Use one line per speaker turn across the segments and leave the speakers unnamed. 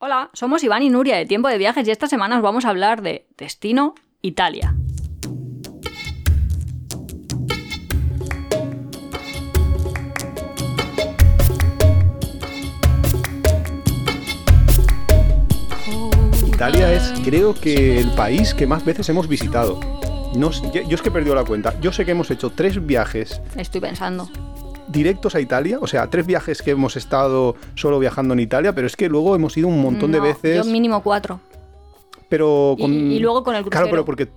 Hola, somos Iván y Nuria de Tiempo de Viajes y esta semana os vamos a hablar de Destino Italia.
Italia es, creo que, el país que más veces hemos visitado. No sé- yo, yo es que he perdido la cuenta. Yo sé que hemos hecho tres viajes
Estoy pensando.
directos a Italia, o sea, tres viajes que hemos estado solo viajando en Italia, pero es que luego hemos ido un montón de
No,
veces.
Yo mínimo cuatro.
Pero
Y-
con...
y luego con el
Claro,
crucero.
pero porque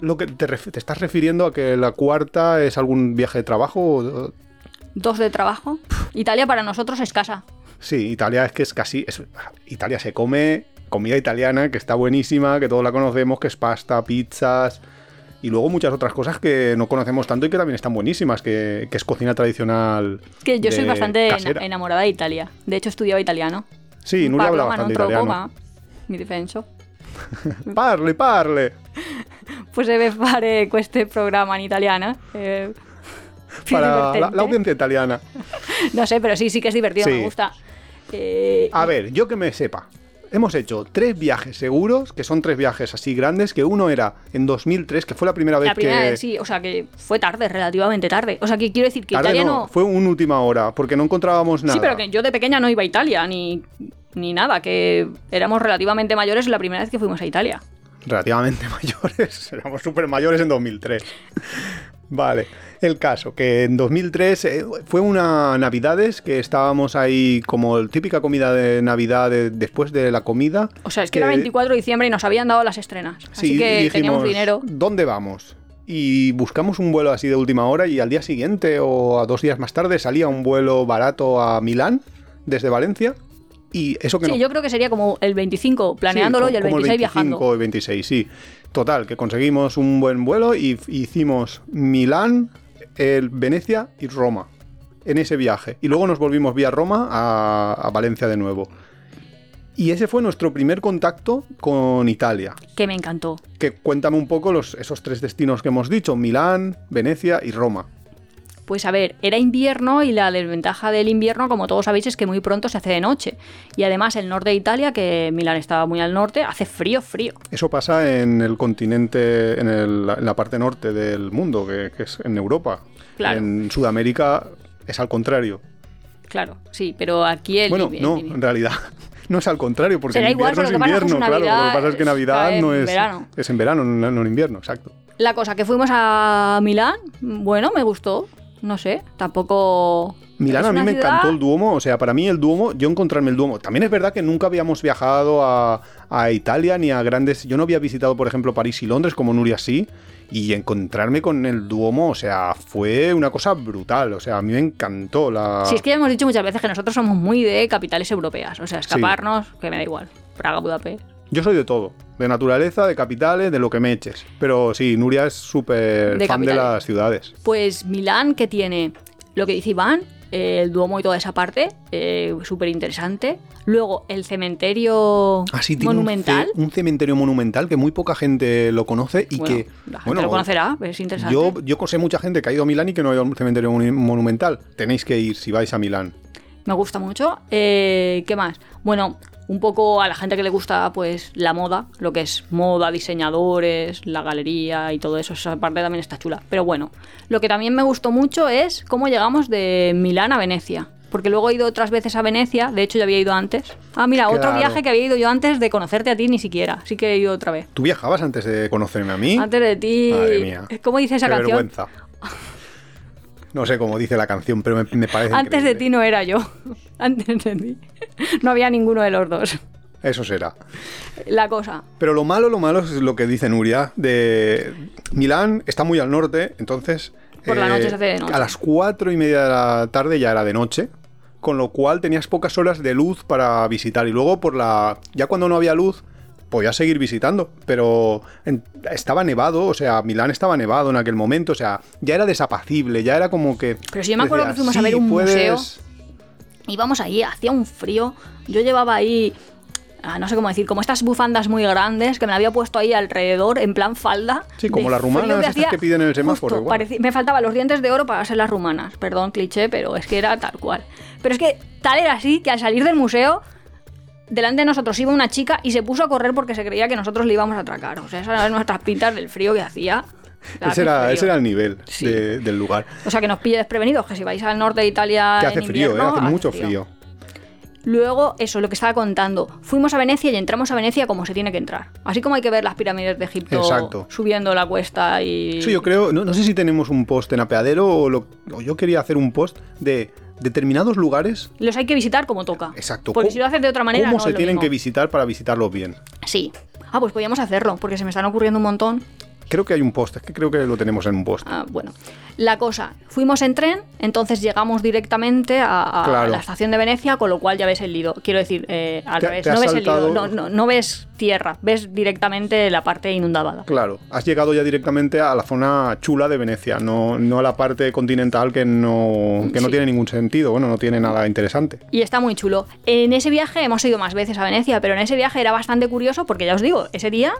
lo que te, ref- te estás refiriendo a que la cuarta es algún viaje de trabajo. o-
Dos de trabajo. Italia para nosotros es casa.
Sí, Italia es que es casi. es- Italia se come comida italiana que está buenísima, que todos la conocemos, que es pasta, pizzas y luego muchas otras cosas que no conocemos tanto y que también están buenísimas, que, que es cocina tradicional.
Es que yo soy
de
bastante ena-
casera.
enamorada de Italia. De hecho, estudiaba italiano.
Sí, Nuria habla
Paloma, non
bastante
trovo,
italiano.
ma Mi difenso.
Parle, parle.
Pues debe fare questo programma in este italiano. eh, più
Para la,
divertente.
la audiencia italiana.
No sé, pero sí, sí que es divertido,
Sí. Ah,
me gusta. Eh,
A ver, yo que me sepa. Hemos hecho tres viajes seguros, que son tres viajes así grandes, que uno era en 2003, que fue la primera vez
la primera
que...
vez, sí, o sea que fue tarde, relativamente tarde. O sea que quiero decir que
Tarde
Italia
no,
no.
fue un última hora, porque no encontrábamos nada.
Sí, pero que yo de pequeña no iba a Italia ni, ni nada, que éramos relativamente mayores la primera vez que fuimos a Italia.
relativamente mayores, éramos súper mayores en 2003. Vale, el caso, que en 2003 eh, fue una Navidades que estábamos ahí como el típica comida de Navidad de- después de la comida.
O sea, es que era 24 de diciembre y nos habían dado las estrenas.
sí,
así que
dijimos,
teníamos dinero.
¿Dónde vamos? Y buscamos un vuelo así de última hora y al día siguiente o a dos días más tarde salía un vuelo barato a Milán desde Valencia. Y eso que
Sí,
no
yo creo que sería como el 25 planeándolo
Sí,
y el
como
26 viajando.
el 26, sí. Total, que conseguimos un buen vuelo y f- hicimos Milán, el Venecia y Roma en ese viaje. Y luego nos volvimos vía Roma a, a Valencia de nuevo. Y ese fue nuestro primer contacto con Italia.
Que me encantó.
Que cuéntame un poco los, esos tres destinos que hemos dicho, Milán, Venecia y Roma.
Pues a ver, era invierno y la desventaja del invierno, como todos sabéis, es que muy pronto se hace de noche. Y además el norte de Italia, que Milán estaba muy al norte, hace frío, frío.
Eso pasa en el continente, en, el- en la parte norte del mundo, que, que es en Europa.
Claro.
En Sudamérica es al contrario.
Claro, sí, pero aquí el...
Bueno,
el-
no,
el-
en realidad no es al contrario, porque
Será
el
igual, pero
invierno es
lo que pasa es que
invierno,
es
claro. Lo que
Navidad,
pasa es que
es-
Navidad
cae
no
en
es,
verano.
es en verano, no, no en invierno, exacto.
La cosa, que fuimos a Milán, bueno, me gustó, no sé, tampoco...
Milán
es
a mí
una
me
ciudad-
encantó el Duomo, o sea, para mí el Duomo, yo encontrarme el Duomo. También es verdad que nunca habíamos viajado a, a Italia ni a grandes. Yo no había visitado, por ejemplo, París y Londres como Nuria sí, y encontrarme con el Duomo, o sea, fue una cosa brutal. O sea, a mí me encantó la.
Si es que ya hemos dicho muchas veces que nosotros somos muy de capitales europeas, o sea, escaparnos, que me da igual, Praga, Budapest.
Yo soy de todo. De naturaleza, de capitales, de lo que me eches. Pero sí, Nuria es súper
De
fan de
capitales.
las ciudades.
Pues Milán, que tiene lo que dice Iván, eh, el Duomo y toda esa parte, súper interesante. Luego el cementerio
Ah, sí, tiene un
monumental.
ce- Un, cementerio monumental que muy poca gente lo conoce y
Bueno,
que.
la gente
bueno,
lo conocerá, pero es interesante.
Yo, yo sé mucha gente que ha ido a Milán y que no ha ido a un cementerio monu- monumental. Tenéis que ir si vais a Milán.
Me gusta mucho. Eh, ¿Qué más? Bueno, un poco a la gente que le gusta pues la moda, lo que es moda, diseñadores, la galería y todo eso, esa parte también está chula. Pero bueno, lo que también me gustó mucho es cómo llegamos de Milán a Venecia. Porque luego he ido otras veces a Venecia, de hecho ya había ido antes. Ah, mira, otro
Claro.
viaje que había ido yo antes de conocerte a ti ni siquiera. Así que he ido otra vez.
¿Tú viajabas antes de conocerme a mí?
Antes de ti.
Madre mía.
¿Cómo dice esa
Qué
canción?
vergüenza. No sé cómo dice la canción, pero me, me parece.
Antes de ti
increíble.
no era yo. Antes de ti. No había ninguno de los dos.
Eso será.
La cosa.
Pero lo malo, lo malo es lo que dice Nuria. De Milán está muy al norte, entonces. eh,
Por la noche se hace de noche.
A las cuatro y media de la tarde ya era de noche. Con lo cual tenías pocas horas de luz para visitar. Y luego por la. Ya cuando no había luz, podías seguir visitando. Pero en- estaba nevado, o sea, Milán estaba nevado en aquel momento. O sea, ya era desapacible, ya era como que.
Pero si yo me acuerdo que fuimos a
"Sí,
ver un museo".
puedes-
íbamos allí, hacía un frío. Yo llevaba ahí, ah, no sé cómo decir, como estas bufandas muy grandes que me la había puesto ahí alrededor, en plan falda.
Sí, como
de
las rumanas
frío
estas que piden en el semáforo,
justo,
igual.
pareci- me faltaban los dientes de oro para ser las rumanas. Perdón, cliché, pero es que era tal cual. Pero es que tal era así que al salir del museo delante de nosotros iba una chica y se puso a correr porque se creía que nosotros le íbamos a atracar. O sea, esas eran nuestras pintas del frío que hacía. La
Ese era,
hace
ese
frío.
era el nivel
Sí.
de- del lugar.
O sea, que nos pille desprevenidos, que si vais al norte de Italia.
Que hace
Ah, en
frío, ¿eh?
invierno,
hace mucho frío.
Luego, eso, lo que estaba contando. Fuimos a Venecia y entramos a Venecia como se tiene que entrar. Así como hay que ver las pirámides de Egipto
Exacto.
subiendo la cuesta y.
Sí, yo creo, no, no sé si tenemos un post en apeadero o, lo- o yo quería hacer un post de determinados lugares.
Los hay que visitar como toca.
Exacto.
Porque
¿cómo-
si lo haces de otra manera.
¿Cómo
no
se
es lo
tienen
mismo.
que visitar para visitarlos bien?
Sí. Ah, pues podíamos hacerlo, porque se me están ocurriendo un montón.
Creo que hay un post, es que creo que lo tenemos en un post.
Ah, bueno, la cosa, fuimos en tren, entonces llegamos directamente a, a
Claro.
la estación de Venecia, con lo cual ya ves el lido. Quiero decir, eh, al
Te-
revés,
te has
no ves el lido,
saltado-
no, no, no ves tierra, ves directamente la parte inundada.
Claro, has llegado ya directamente a la zona chula de Venecia, no, no a la parte continental que no, que no
Sí.
tiene ningún sentido, bueno, no tiene nada interesante.
Y está muy chulo. En ese viaje hemos ido más veces a Venecia, pero en ese viaje era bastante curioso porque ya os digo, ese día,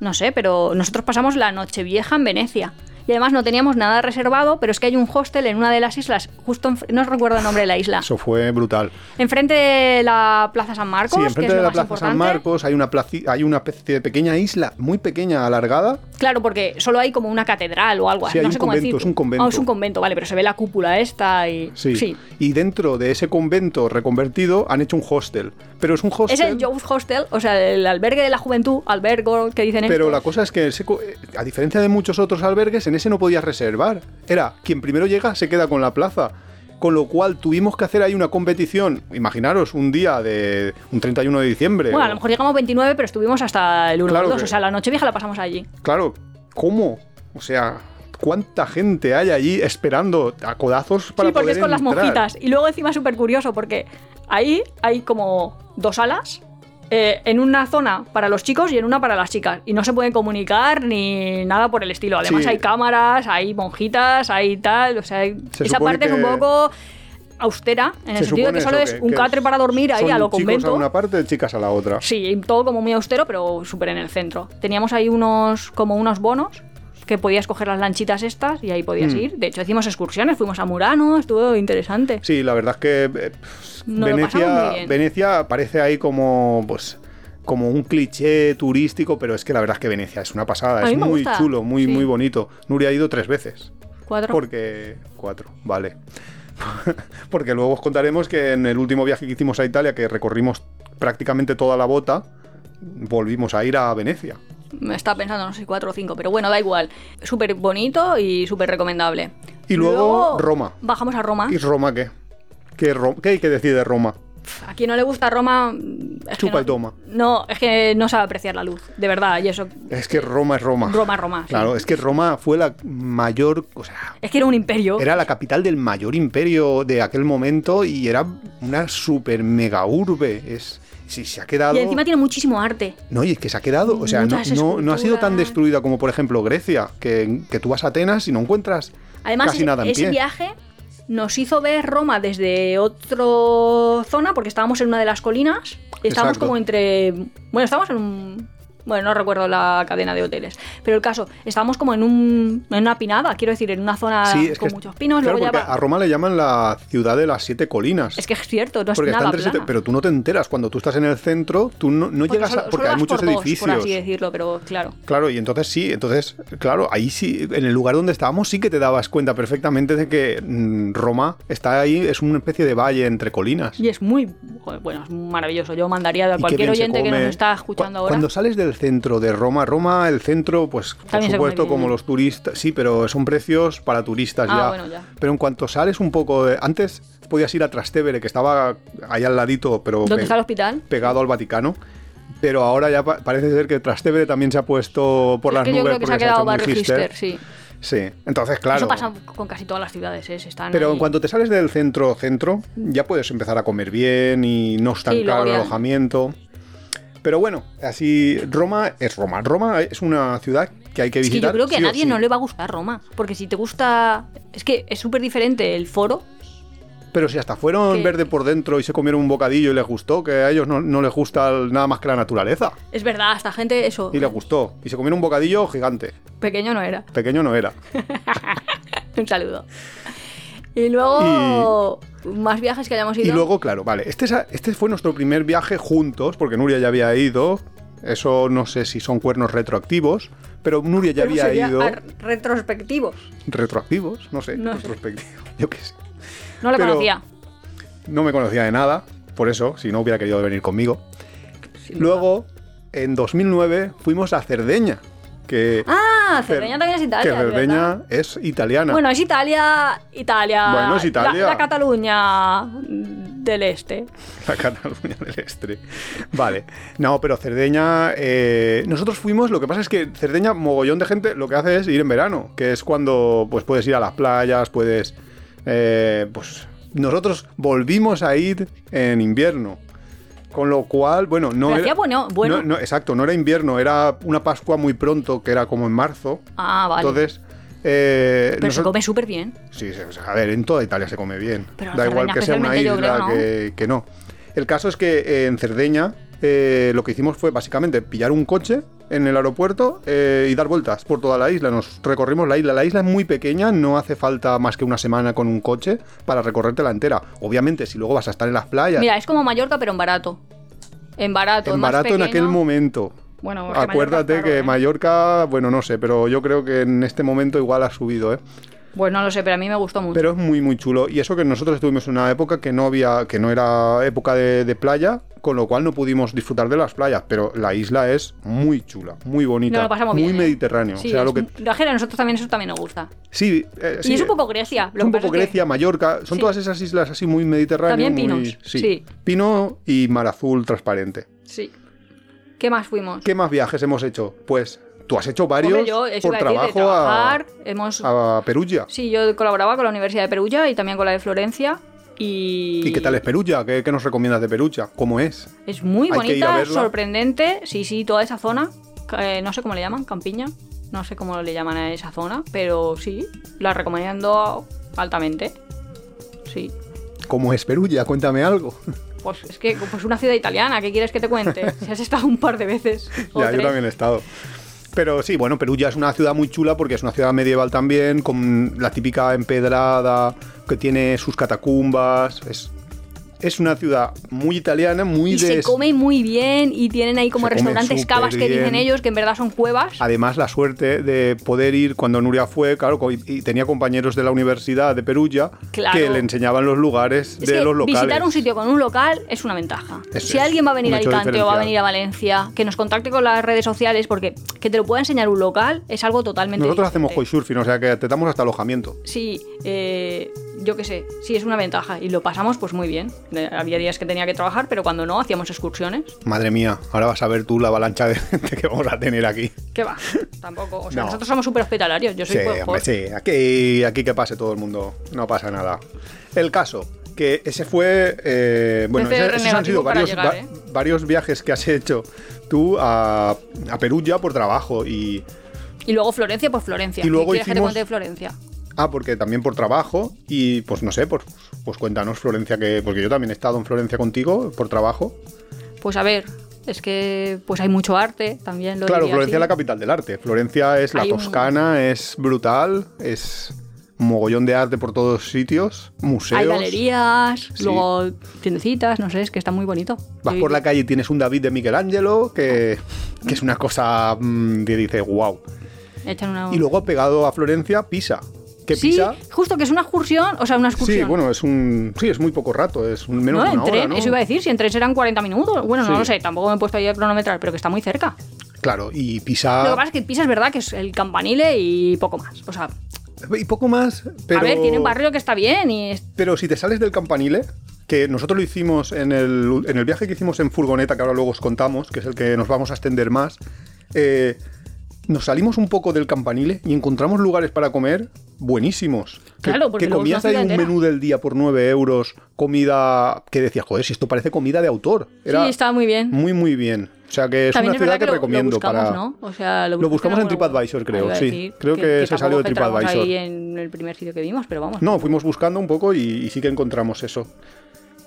no sé, pero nosotros pasamos la noche vieja en Venecia. Y además no teníamos nada reservado, pero es que hay un hostel en una de las islas, justo en- no os recuerdo el nombre de la isla.
Eso fue brutal.
Enfrente de la Plaza San Marcos,
Sí,
que es
enfrente
lo
de la
más
Plaza
importante.
San Marcos hay una, placi- hay una especie de pequeña isla, muy pequeña, alargada.
Claro, porque solo hay como una catedral o algo
Sí,
así.
hay
no
un
sé cómo
convento,
decir.
es un convento.
Ah, es un convento, vale, pero se ve la cúpula esta y.
Sí. Y dentro de ese convento reconvertido han hecho un hostel. Pero es un
Es
hostel.
el Youth Hostel, o sea, el albergue de la juventud, albergo que dicen
pero
estos.
la cosa es que ese co- eh, a diferencia de muchos otros albergues, en ese no podías reservar. Era quien primero llega se queda con la plaza. Con lo cual tuvimos que hacer ahí una competición. Imaginaros un día de un 31 de diciembre.
Bueno, a
o-
lo mejor llegamos 29, pero estuvimos hasta el 1
Claro
o 2,
que-
o sea, la noche vieja la pasamos allí.
Claro, ¿cómo? O sea, ¿cuánta gente hay allí esperando a codazos para
sí, porque
poder
es con las
entrar?
monjitas. Y luego encima es súper curioso porque ahí hay como dos alas. eh, en una zona para los chicos y en una para las chicas. Y no se pueden comunicar ni nada por el estilo. Además
Sí.
hay cámaras, hay monjitas, hay tal. O sea, hay-
Se
esa
supone
parte es un
que-
poco austera, en el
Se
sentido de que
supone
solo
eso,
es un catre para dormir ahí
son
a lo
chicos
convento.
a una parte, chicas a la otra.
Sí, todo como muy austero, pero súper en el centro. Teníamos ahí unos, como unos bonos que podías coger las lanchitas estas y ahí podías
Mm.
ir. De hecho, hicimos excursiones, fuimos a Murano, estuvo interesante.
Sí, la verdad es que eh, pff,
No lo pasamos muy
Venecia,
bien.
Venecia aparece ahí como pues como un cliché turístico, pero es que la verdad es que Venecia es una pasada,
A mí
es
me
muy
gusta,
chulo, muy
sí.
muy bonito. Nuria ha ido tres veces,
Cuatro.
porque cuatro, vale. porque luego os contaremos que en el último viaje que hicimos a Italia, que recorrimos prácticamente toda la bota, volvimos a ir a Venecia.
Me estaba pensando, no sé si cuatro o cinco, pero bueno, da igual. Súper bonito y súper recomendable.
Y luego, Roma.
Bajamos a Roma.
¿Y Roma qué? ¿Qué, Ro- qué hay que decir de Roma?
A quien no le gusta Roma. mm, es que
Chupa
no-
y toma.
No, es que no sabe apreciar la luz, de verdad. Y eso.
Es que Roma es Roma.
Roma, Roma. sí.
Claro, es que Roma fue la mayor, o sea,
Es que era un imperio.
era la capital del mayor imperio de aquel momento y era una super mega urbe. Es, si se ha quedado.
Y encima tiene muchísimo arte.
No, y es que se ha quedado. O sea, no,
Muchas
no- no ha sido tan
esculturas.
destruida como, por ejemplo, Grecia, que, que tú vas a Atenas y no encuentras
Además,
casi
ese,
nada en
ese
pie.
viaje nos hizo ver Roma desde otra zona, porque estábamos en una de las colinas. y Estábamos
Exacto.
como entre. Bueno, estábamos en un. Bueno, no recuerdo la cadena de hoteles. Pero el caso, estábamos como en, un, en una pinada, quiero decir, en una zona
Sí, es
con
que-
muchos pinos.
claro,
luego ya
porque
va-
a Roma le llaman la ciudad de las siete colinas.
Es que es cierto, no es
porque está
nada
entre siete,
plana.
pero tú no te enteras. Cuando tú estás en el centro, tú no, no
Porque
llegas
solo-
a.
solo
Porque hay
vas
muchos
por dos,
edificios.
por así decirlo, pero claro.
Claro, y entonces sí, entonces, claro, ahí sí, en el lugar donde estábamos sí que te dabas cuenta perfectamente de que mm, Roma está ahí, es una especie de valle entre colinas.
Y es muy. joder, Bueno, es maravilloso. Yo mandaría a
Y
cualquier
qué bien se
oyente que nos
come.
está
Cu-
escuchando ahora.
Cuando sales del centro de Roma, Roma, el centro, pues por
También se come
supuesto,
bien.
como los turistas, sí, pero son precios para turistas
Ah,
ya.
bueno, ya.
Pero en cuanto sales un poco de. Antes podías ir a Trastevere, que estaba allá al ladito, pero.
¿Dónde
pe-
está el hospital?
pegado al Vaticano. Pero ahora ya pa- parece ser que Trastevere también se ha puesto
Es
por las
que
nubes
yo creo que
porque
se ha
hecho
quedado
muy
Barry
hipster.
Hister, sí.
Sí, entonces claro.
Eso pasa con casi todas las ciudades, ¿eh? Se están
Pero
ahí.
en cuanto te sales del centro, centro, ya puedes empezar a comer bien y no es tan
Sí, luego
caro el
ya-
alojamiento. Pero bueno, así Roma es Roma. Roma es una ciudad que hay que
Es que
visitar.
yo creo que
sí
a
o
nadie
sí.
no le va a gustar Roma. Porque si te gusta. Es que es súper diferente el foro.
Pero si hasta fueron
que-
verde por dentro y se comieron un bocadillo y les gustó, que a ellos no, no les gusta el- nada más que la naturaleza.
Es verdad, hasta gente, eso.
Y les gustó. Y se comieron un bocadillo gigante.
Pequeño no era.
Pequeño no era.
Un saludo. Y luego. Más viajes que hayamos
Y
ido.
luego, claro, vale, este, es a- este fue nuestro primer viaje juntos, porque Nuria ya había ido. Eso no sé si son cuernos retroactivos, pero Nuria ya
Pero
había
sería
ido.
ar- retrospectivos.
Retroactivos, no sé,
No sé.
retrospectivo, yo qué sé.
no le
pero-
conocía.
No me conocía de nada, por eso, si no hubiera querido venir conmigo.
Sin
Luego, en 2009, fuimos a Cerdeña, que,
Ah, Cerdeña
Cer-
también es Italia.
que
es
Cerdeña
verdad.
es italiana.
Bueno, es Italia, Italia.
Bueno, es Italia.
La, la Cataluña del Este.
La Cataluña del Estre. Vale. No, pero Cerdeña. eh, nosotros fuimos. Lo que pasa es que Cerdeña, mogollón de gente, lo que hace es ir en verano, que es cuando pues, puedes ir a las playas, puedes. eh, pues. Nosotros volvimos a ir en invierno. Con lo cual, bueno, no.
Pero
era-
hacía bueno- bueno.
no- no, exacto, no era invierno, era una Pascua muy pronto, que era como en marzo.
Ah, vale.
Entonces. eh,
pero se
nosotros-
come súper bien.
Sí, sí, o sea, a ver, en toda Italia se come bien.
Pero en
da igual
Cerdeña
que sea una isla
especialmente, yo creo,
que, que no. El caso es que eh, en Cerdeña eh, lo que hicimos fue básicamente pillar un coche en el aeropuerto eh, y dar vueltas por toda la isla. Nos recorrimos la isla. La isla es muy pequeña, no hace falta más que una semana con un coche para recorrértela entera. Obviamente, si luego vas a estar en las playas,
Mira, es como Mallorca, pero en barato. En barato.
en
más
barato en
pequeño.
aquel momento.
Bueno, es que Mallorca
Acuérdate
es
que
caro, ¿eh?
Mallorca, bueno, no sé, pero yo creo que en este momento igual ha subido, ¿eh?
Pues no lo sé, pero a mí me gustó mucho.
Pero es muy, muy chulo. Y eso que nosotros estuvimos en una época que no había, que no era época de, de playa, con lo cual no pudimos disfrutar de las playas. Pero la isla es muy chula, muy bonita,
No lo pasamos
muy
bien. ¿eh?
mediterráneo.
Sí,
o sea,
es-
lo que
la gente a nosotros también eso también nos gusta.
sí, eh, sí,
y es un
eh,
poco Grecia.
es
Lo
un
que pasa
poco
es que-
Grecia, Mallorca, son
Sí.
todas esas islas así muy mediterráneas.
También
muy-
pinos,
sí.
sí.
Pino y mar azul transparente.
Sí. ¿Qué más fuimos?
¿Qué más viajes hemos hecho? Pues tú has hecho varios
Hombre, yo, eso
por
iba a decir,
trabajo
de trabajar, hemos...
a, a Perugia.
Sí, yo colaboraba con la Universidad de Perugia y también con la de Florencia. Y...
¿Y qué tal es Perugia? ¿Qué, qué nos recomiendas de Perugia? ¿Cómo es?
Es muy
Hay que ir a
bonita,
verla.
sorprendente. Sí, sí, toda esa zona. eh, no sé cómo le llaman, Campiña. No sé cómo le llaman a esa zona, pero sí, la recomiendo altamente. Sí.
¿Cómo es Perugia? Cuéntame algo.
Pues es que pues una ciudad italiana, ¿qué quieres que te cuente? Si has estado un par de veces. o
Ya, yo
tres.
también he estado. Pero sí, bueno, Perugia es una ciudad muy chula porque es una ciudad medieval también, con la típica empedrada, que tiene sus catacumbas. Es, es una ciudad muy italiana, muy
Y
de.
se come muy bien y tienen ahí como
Se come
restaurantes
súper
cavas que dicen
bien.
ellos, que en verdad son cuevas.
Además, la suerte de poder ir cuando Nuria fue, claro, co- y y tenía compañeros de la Universidad de Perugia
Claro.
que le enseñaban los lugares
Es
de
que
los locales.
visitar un sitio con un local es una ventaja.
Eso
si
es,
alguien va a venir
un
a
hecho
Alicante o va a
diferencial.
venir a Valencia, que nos contacte con las redes sociales, porque que te lo pueda enseñar un local es algo totalmente
Nosotros hacemos
diferente.
surfing, o sea que te damos hasta alojamiento.
Sí, eh, yo qué sé, sí es una ventaja y lo pasamos pues muy bien. Eh, Había días que tenía que trabajar, pero cuando no, hacíamos excursiones.
Madre mía, ahora vas a ver tú la avalancha de gente que vamos a tener aquí.
¿Qué va? Tampoco. O sea,
No.
nosotros somos súper hospitalarios. Yo soy
Sí,
pues,
hombre,
por-
sí. Aquí, aquí que pase todo el mundo. No pasa nada. El caso, que ese fue. eh, bueno,
PCR
ese- esos han sido
negativo para
varios,
llegar,
va-
¿eh?
varios viajes que has hecho tú a, a Perugia por trabajo y.
Y luego Florencia, pues Florencia.
Y
¿Qué
luego
quieres que te
hicimos-
cuente de Florencia?
Ah, porque también por trabajo y pues no sé, pues, pues cuéntanos, Florencia, que. Porque yo también he estado en Florencia contigo por trabajo.
Pues a ver, es que pues hay mucho arte también. Lo
claro,
diría
Florencia es
así.
la capital del arte. Florencia es la
Hay un-
toscana, es brutal, es mogollón de arte por todos sitios, museos.
Hay galerías,
Sí.
luego tiendecitas, no sé, es que está muy bonito.
Vas
Yo
por la
diría-
calle y tienes un David de Michelangelo, que,
Ah.
que es una cosa mm, que dice wow.
echan una-
Y luego pegado a Florencia, Pisa. Que
Ah. sí,
Pisa.
justo que es una excursión, o sea, una excursión.
Sí, bueno, es un. Sí, es muy poco rato, es un menos
no,
de
en
una
tren,
hora, ¿no?
eso iba a decir, si en tren serán 40 minutos. Bueno,
Sí.
no lo sé, tampoco me he puesto ahí a cronometrar, pero que está muy cerca.
Claro, y
Lo que
Pisa.
pasa es que Pisa es verdad que es el campanile y poco más. O sea,
Y poco más, pero.
a ver, tiene un barrio que está bien y es-
Pero si te sales del campanile, que nosotros lo hicimos en el, en el viaje que hicimos en furgoneta, que ahora luego os contamos, que es el que nos vamos a extender más, eh, nos salimos un poco del campanile y encontramos lugares para comer buenísimos. Que-
Claro,
que,
porque luego es
comías
una
ahí un
ciudad entera.
menú del día por 9 euros, comida que decías, joder, si esto parece comida de autor. Era
sí, está muy bien.
muy, muy bien. O sea que es
También
una
es
ciudad
verdad
que,
lo- lo
recomiendo
buscamos,
para.
¿no? O sea,
Lo buscamos en
alguna-
TripAdvisor, creo,
Ah, iba a
sí.
decir
Creo que se
tampoco
salió de
centramos
TripAdvisor.
ahí en el primer sitio que vimos, pero vamos.
No, fuimos buscando un poco y, y sí que encontramos eso.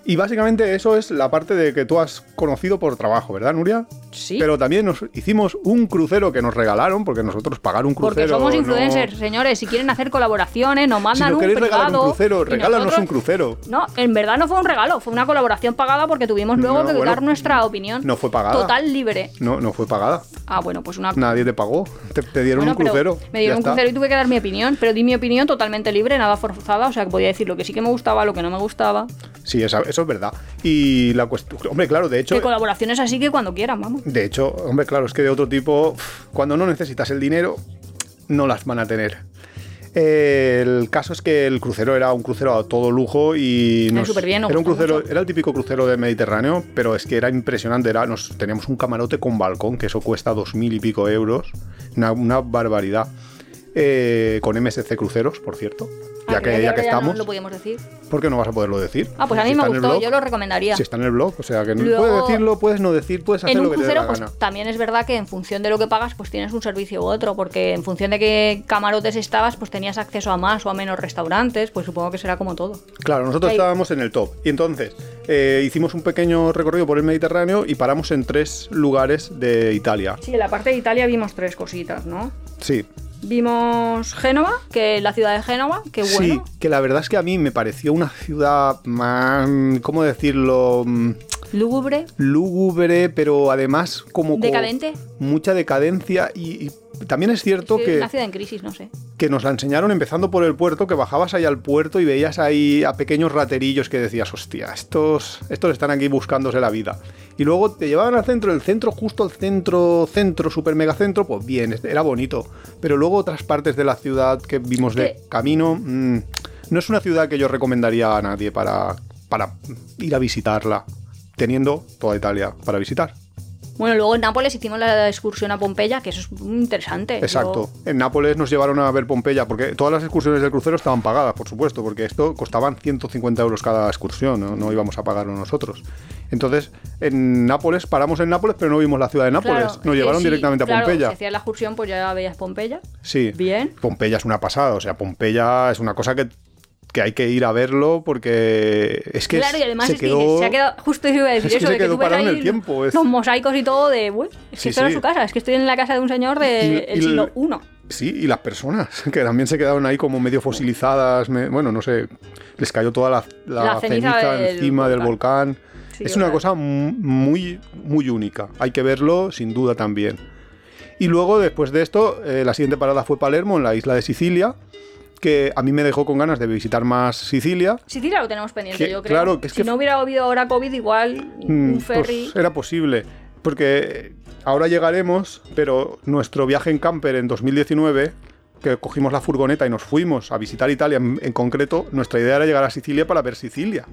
Y básicamente eso es la parte de que tú has conocido por trabajo, ¿verdad, Nuria?
Sí.
Pero también nos hicimos un crucero que nos regalaron, porque nosotros pagar un crucero.
Porque somos
no-
influencers, señores. Si quieren hacer colaboraciones, nos
Si
mandan
no
un
queréis
privado.
regalar un crucero,
y
regálanos
nosotros-
un crucero.
No, en verdad no fue un regalo, fue una colaboración pagada porque tuvimos luego
No,
que
bueno, mm,
dar nuestra opinión.
no fue pagada.
Total libre.
No, no fue pagada.
Ah, bueno, pues una.
Nadie te pagó. Te, te dieron
Bueno,
un
pero
crucero.
Me dieron
ya
un
está.
crucero y tuve que dar mi opinión, pero di mi opinión totalmente libre, nada forzada, o sea que podía decir lo que sí que me gustaba, lo que no me gustaba.
Sí, esa- eso es verdad. Y la cuestión. Hombre, claro, de hecho.
Que colaboraciones así que cuando quieran, vamos.
De hecho, hombre, claro, es que de otro tipo, uf, cuando no necesitas el dinero, no las van a tener. Eh, El caso es que el crucero era un crucero a todo lujo y
Ay, superbién, nos
era un
gustó
crucero,
mucho.
era el típico crucero del Mediterráneo, pero es que era impresionante. Era, nos, teníamos un camarote con balcón que eso cuesta dos mil y pico euros, una, una barbaridad. Eh, con MSC Cruceros, por cierto, ya
Ah, creo
que ya que
ahora
estamos,
No lo podíamos decir.
¿por qué no vas a poderlo decir?
Ah, pues a
Si
mí me
está en el
gustó,
blog,
yo lo recomendaría.
Si está en el blog, o sea que no-
Luego-
puedes decirlo, puedes no decir, puedes hacer
en un
lo que te dé
crucero,
la
pues
gana.
también es verdad que en función de lo que pagas, pues tienes un servicio u otro, porque en función de qué camarotes estabas, pues tenías acceso a más o a menos restaurantes, pues supongo que será como todo.
Claro, nosotros
Ahí.
estábamos en el top. Y entonces eh, hicimos un pequeño recorrido por el Mediterráneo y paramos en tres lugares de Italia.
Sí, en la parte de Italia vimos tres cositas, ¿no?
Sí.
Vimos Génova, que la ciudad de Génova, que
Sí,
bueno.
que la verdad es que a mí me pareció una ciudad más, ¿cómo decirlo? Mm,
Lúgubre,
Lúgubre, pero además como... co-
decadente.
Mucha decadencia y, y también es cierto
Sí,
que...
Una ciudad en crisis, no sé.
que nos la enseñaron empezando por el puerto, que bajabas ahí al puerto y veías ahí a pequeños raterillos que decías, hostia, estos, estos están aquí buscándose la vida. Y luego te llevaban al centro, el centro, justo al centro, centro, super mega centro, pues bien, era bonito. Pero luego otras partes de la ciudad que vimos de
Que-
camino, mm, no es una ciudad que yo recomendaría a nadie para, para ir a visitarla, teniendo toda Italia para visitar.
Bueno, luego en Nápoles hicimos la excursión a Pompeya, que eso es muy interesante. Yo-
Exacto. En Nápoles nos llevaron a ver Pompeya, porque todas las excursiones del crucero estaban pagadas, por supuesto, porque esto costaban 150 euros cada excursión, no, No íbamos a pagarlo nosotros. Entonces, en Nápoles, paramos en Nápoles, pero no vimos la ciudad de Nápoles.
Claro,
nos
eh,
llevaron
sí,
directamente a
claro,
Pompeya.
Si hacías la excursión, pues ya veías Pompeya.
Sí.
Bien.
Pompeya es una pasada, o sea, Pompeya es una cosa que, que hay que ir a verlo porque es que
claro, y además
se
es
quedó...
que dices, se ha quedado, justo iba a decir
es que
eso,
se
de que
quedó
tú ves
parado en
ahí
el tiempo, es-
los mosaicos y todo de, uy, es
Sí,
que esto no
sí.
es su casa, es que estoy en la casa de un señor del
Y- y el-
siglo I.
Sí, y las personas, que también se quedaron ahí como medio fosilizadas, me- bueno, no sé, les cayó toda la, la
La
ceniza,
ceniza del
encima del volcán.
Sí,
es una
verdad.
cosa mu- muy, muy única, hay que verlo sin duda también. Y luego, después de esto, eh, la siguiente parada fue Palermo, en la isla de Sicilia, que a mí me dejó con ganas de visitar más Sicilia.
Sicilia lo tenemos pendiente,
Que-
yo creo.
claro, que es
si
que-
no hubiera habido ahora COVID, igual
Mm,
un ferry.
pues era posible, porque ahora llegaremos, pero nuestro viaje en camper en 2019, que cogimos la furgoneta y nos fuimos a visitar Italia en, en concreto, nuestra idea era llegar a Sicilia para ver Sicilia.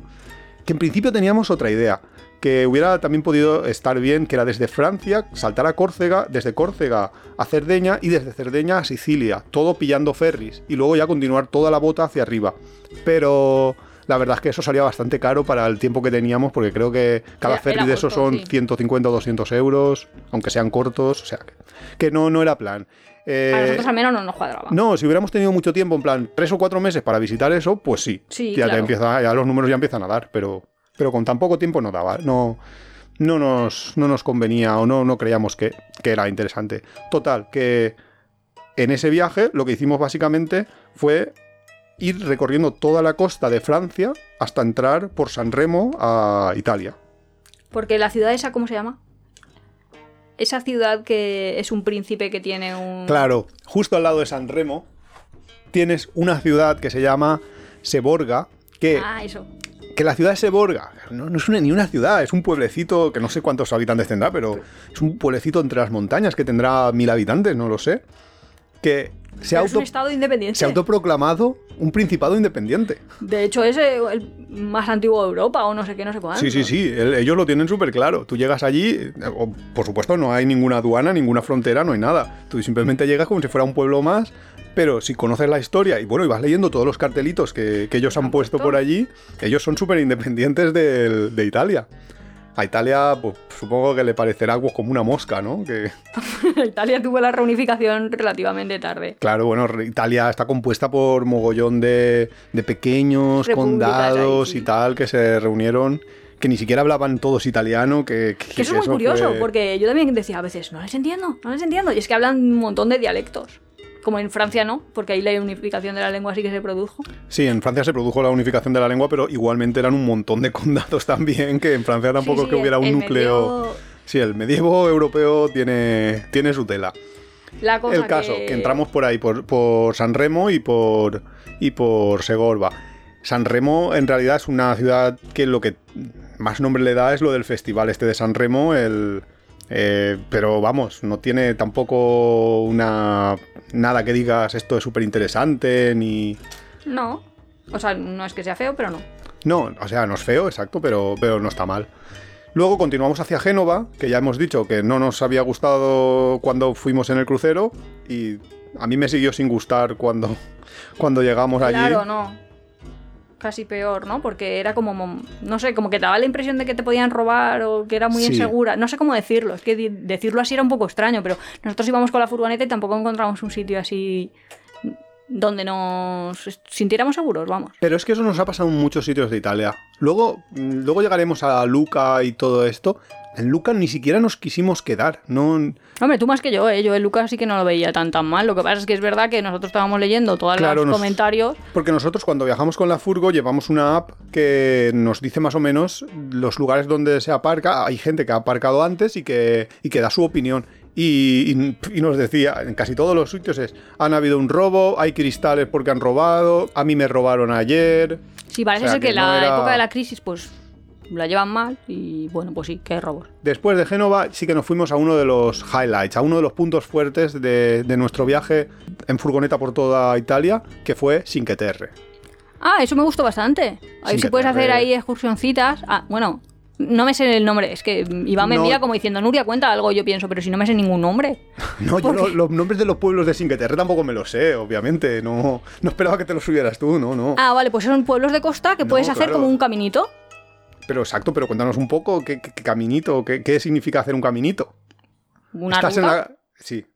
Que en principio teníamos otra idea, que hubiera también podido estar bien, que era desde Francia, saltar a Córcega, desde Córcega a Cerdeña y desde Cerdeña a Sicilia, todo pillando ferries, y luego ya continuar toda la bota hacia arriba. Pero la verdad es que eso salía bastante caro para el tiempo que teníamos, porque creo que cada
Era-
ferry
era
de esos
justo,
son
sí.
150 o 200 euros, aunque sean cortos, o sea, que, que no, no era plan. Eh,
a nosotros al menos no nos cuadraba.
no, si hubiéramos tenido mucho tiempo, en plan, tres o cuatro meses para visitar eso, pues sí.
Sí,
ya, te
claro.
empieza- ya los números ya empiezan a dar, pero, pero con tan poco tiempo no daba. No, no, nos, no nos convenía o no, no creíamos que, que era interesante. Total, que en ese viaje lo que hicimos básicamente fue ir recorriendo toda la costa de Francia hasta entrar por San Remo a Italia.
Mm. Porque la ciudad esa, ¿cómo se llama? Esa ciudad que es un príncipe que tiene un...
Claro, justo al lado de San Remo tienes una ciudad que se llama Seborga, que
Ah, eso.
que la ciudad de Seborga no, no es una- ni una ciudad, es un pueblecito que no sé cuántos habitantes tendrá, pero es un pueblecito entre las montañas que tendrá mil habitantes, no lo sé. Que se ha
Pero es
auto-
un estado independiente.
se ha autoproclamado un principado independiente.
De hecho, es eh, el más antiguo de Europa o no sé qué, no sé cuánto.
Sí, sí, sí, el- ellos lo tienen súper claro. Tú llegas allí, eh, o, por supuesto no hay ninguna aduana, ninguna frontera, no hay nada. Tú simplemente llegas como si fuera un pueblo más, pero si conoces la historia y bueno, y vas leyendo todos los cartelitos que, que ellos han puesto por allí, ellos son súper independientes del- de Italia. A Italia, pues supongo que le parecerá pues, como una mosca, ¿no? Que,
Italia tuvo la reunificación relativamente tarde.
claro, bueno, re- Italia está compuesta por mogollón de, de pequeños
Repúblicas
condados
ahí, sí.
y tal que se reunieron, que ni siquiera hablaban todos italiano, que... que-
Que eso es muy
fue-
curioso, porque yo también decía a veces, no les entiendo, no les entiendo. Y es que hablan un montón de dialectos. Como en Francia no, porque ahí la unificación de la lengua sí que se produjo.
Sí, en Francia se produjo la unificación de la lengua, pero igualmente eran un montón de condados también, que en Francia tampoco
Sí,
es
sí,
que hubiera
el-
un
el
núcleo...
medio-
Sí, el medievo europeo tiene, tiene su tela.
La cosa
el caso, que... entramos por ahí, por, por San Remo y por, y por Segorba. San Remo en realidad es una ciudad que lo que más nombre le da es lo del festival este de San Remo, el, eh, pero vamos, no tiene tampoco una nada que digas esto es súper interesante, ni...
No. O sea, no es que sea feo, pero no.
No, o sea, no es feo, exacto, pero, pero no está mal. Luego continuamos hacia Génova, que ya hemos dicho que no nos había gustado cuando fuimos en el crucero y a mí me siguió sin gustar cuando, cuando llegamos allí.
Claro, no. Casi peor, ¿no? Porque era como, mom- no sé, como que te daba la impresión de que te podían robar o que era muy
Sí.
insegura. No sé cómo decirlo, es que di- decirlo así era un poco extraño, pero nosotros íbamos con la furgoneta y tampoco encontramos un sitio así donde nos est- sintiéramos seguros, vamos.
Pero es que eso nos ha pasado en muchos sitios de Italia. Luego, mm, luego llegaremos a Luca y todo esto. En Luca ni siquiera nos quisimos quedar. No,
Hombre, tú más que yo, ¿eh? Yo el Lucas sí que no lo veía tan tan mal. Lo que pasa es que es verdad que nosotros estábamos leyendo todos
Claro,
los
nos-
comentarios.
Porque nosotros cuando viajamos con la furgo llevamos una app que nos dice más o menos los lugares donde se aparca. Hay gente que ha aparcado antes y que, y que da su opinión. Y, y- y nos decía, en casi todos los sitios es, han habido un robo, hay cristales porque han robado, a mí me robaron ayer.
Sí, parece
O sea,
ser que,
que no
la
era-
época de la crisis, pues, la llevan mal y, bueno, pues sí, que hay robos.
Después de Génova sí que nos fuimos a uno de los highlights, a uno de los puntos fuertes de, de nuestro viaje en furgoneta por toda Italia, que fue Cinqueterre.
Ah, eso me gustó bastante. Ahí
Sin
sí
que
puedes
te
hacer
re-
ahí excursioncitas. Ah, bueno, no me sé el nombre. Es que Iván me
No.
mira como diciendo, Nuria, cuenta algo. Yo pienso, pero si no me sé ningún nombre.
No, yo lo- los nombres de los pueblos de Cinqueterre tampoco me los sé, obviamente. No, no esperaba que te los subieras tú, no, no.
Ah, vale, pues son pueblos de costa que
No,
puedes hacer
claro.
como un caminito.
Pero exacto, pero cuéntanos un poco qué, qué- qué caminito, qué, qué significa hacer un caminito.
Una
Estás en
ruta.
la- Sí.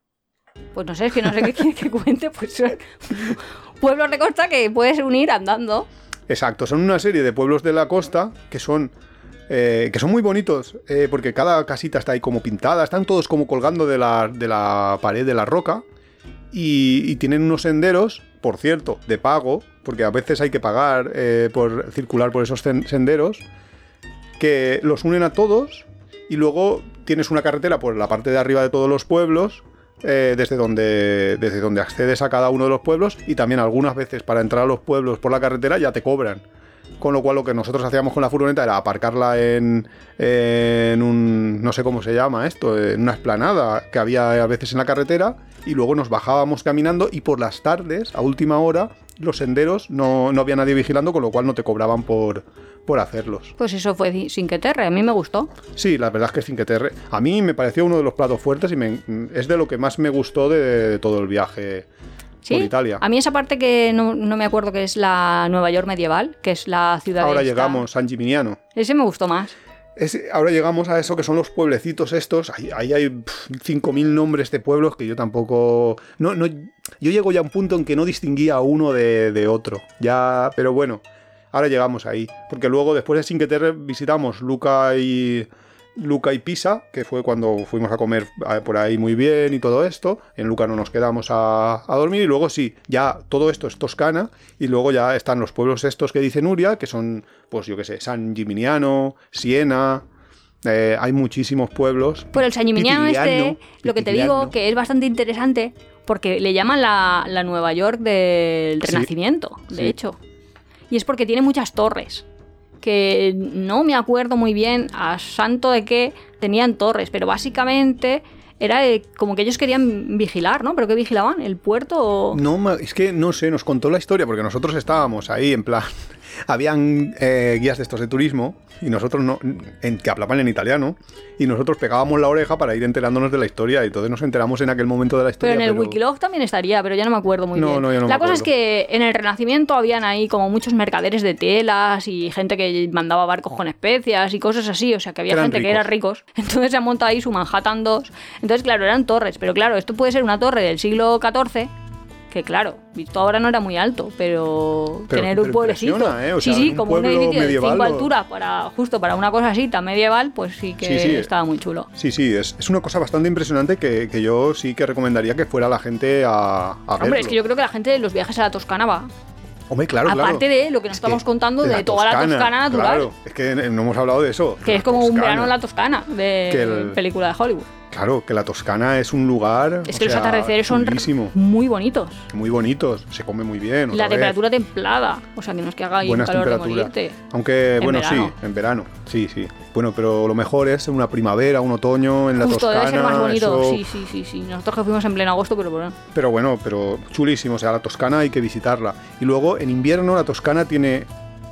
Pues no sé, es que no sé qué quiere que cuente. Pues son pueblos de costa que puedes unir andando.
Exacto, son una serie de pueblos de la costa que son. eh, que son muy bonitos, eh, porque cada casita está ahí como pintada, están todos como colgando de la, de la pared de la roca y, y tienen unos senderos, por cierto, de pago, porque a veces hay que pagar eh, por circular por esos sen- senderos, que los unen a todos y luego tienes una carretera por la parte de arriba de todos los pueblos. eh, desde, donde, desde donde accedes a cada uno de los pueblos y también algunas veces para entrar a los pueblos por la carretera ya te cobran. Con lo cual lo que nosotros hacíamos con la furgoneta era aparcarla en, en un, no sé cómo se llama esto, en una esplanada que había a veces en la carretera y luego nos bajábamos caminando y por las tardes, a última hora, los senderos no, no había nadie vigilando, con lo cual no te cobraban por, por hacerlos.
Pues eso fue sin que terre. A mí me gustó.
Sí, la verdad es que es Cinqueterre. A mí me pareció uno de los platos fuertes y me- es de lo que más me gustó de, de todo el viaje
Sí,
por Italia.
a mí esa parte que no, no me acuerdo que es la Nueva York medieval, que es la ciudad
Ahora
esta.
llegamos, San Gimignano.
Ese me gustó más.
Es- ahora llegamos a eso que son los pueblecitos estos. Ahí, ahí hay pf, 5.000 nombres de pueblos que yo tampoco... No, no, yo llego ya a un punto en que no distinguía uno de, de otro. Ya, pero bueno, ahora llegamos ahí. Porque luego, después de Cinqueterre, visitamos Luca y... Luca y Pisa, que fue cuando fuimos a comer eh, por ahí muy bien y todo esto. En Luca no nos quedamos a, a dormir y luego sí, ya todo esto es Toscana y luego ya están los pueblos estos que dice Nuria, que son, pues yo qué sé, San Gimignano, Siena. eh, hay muchísimos pueblos.
Por el Sañiminiano
Pitigliano,
este, lo que te
Pitigliano.
digo que es bastante interesante, porque le llaman la, la Nueva York del
Sí,
Renacimiento, de
sí.
hecho. Y es porque tiene muchas torres, que no me acuerdo muy bien a santo de qué tenían torres, pero básicamente era eh, como que ellos querían vigilar, ¿no? ¿Pero qué vigilaban? ¿El puerto? o-
No, ma- es que no sé, nos contó la historia porque nosotros estábamos ahí en plan, habían eh, guías de estos de turismo y nosotros no, en- que hablaban en italiano y nosotros pegábamos la oreja para ir enterándonos de la historia y entonces nos enteramos en aquel momento de la historia.
Pero en el Wikilog también estaría, pero ya no me acuerdo muy
No,
bien.
no, yo no
la
me
cosa es
acuerdo.
que en el Renacimiento habían ahí como muchos mercaderes de telas y gente que mandaba barcos con especias y cosas así, o sea que había
Eran
gente que era ricos. Entonces se han montado ahí su Manhattan 2. Entonces, claro, eran torres, pero claro, esto puede ser una torre del siglo XIV. Que claro, visto ahora no era muy alto, pero,
Pero-
tener un
pero
pueblecito.
impresiona, ¿eh? O
sí,
sea,
sí,
un
como un
pueblo
edificio de
medieval
cinco
o-
alturas, para, justo para una cosa así tan medieval, pues sí que
Sí, sí.
estaba muy chulo.
Sí, sí, es, es una cosa bastante impresionante que, que yo sí que recomendaría que fuera la gente a, a verlo.
Hombre, es que yo creo que la gente de los viajes a la Toscana va.
Hombre, claro, claro.
Aparte de lo que nos
Es
estamos contando de
la
toda la Toscana natural.
Claro, es que no hemos hablado de eso.
que
La
es como un
Toscana.
verano en la Toscana de
Que el-
película de Hollywood.
Claro, que la Toscana es un lugar.
Es
o
que los
sea,
atardeceres son
chulísimo,
muy bonitos.
Muy bonitos, se come muy bien. otra
La
vez,
temperatura templada, o sea que no es que haga ahí un
Buenas
calor de
temperaturas.
morirte.
Aunque,
En
bueno,
verano.
sí, en verano. Sí, sí. Bueno, pero lo mejor es una primavera, un otoño en la
Justo,
Toscana.
debe ser más bonito.
eso-
Sí, sí, sí, sí. Nosotros que fuimos en pleno agosto, pero bueno.
Pero bueno, pero chulísimo. O sea, la Toscana hay que visitarla. Y luego, en invierno, la Toscana tiene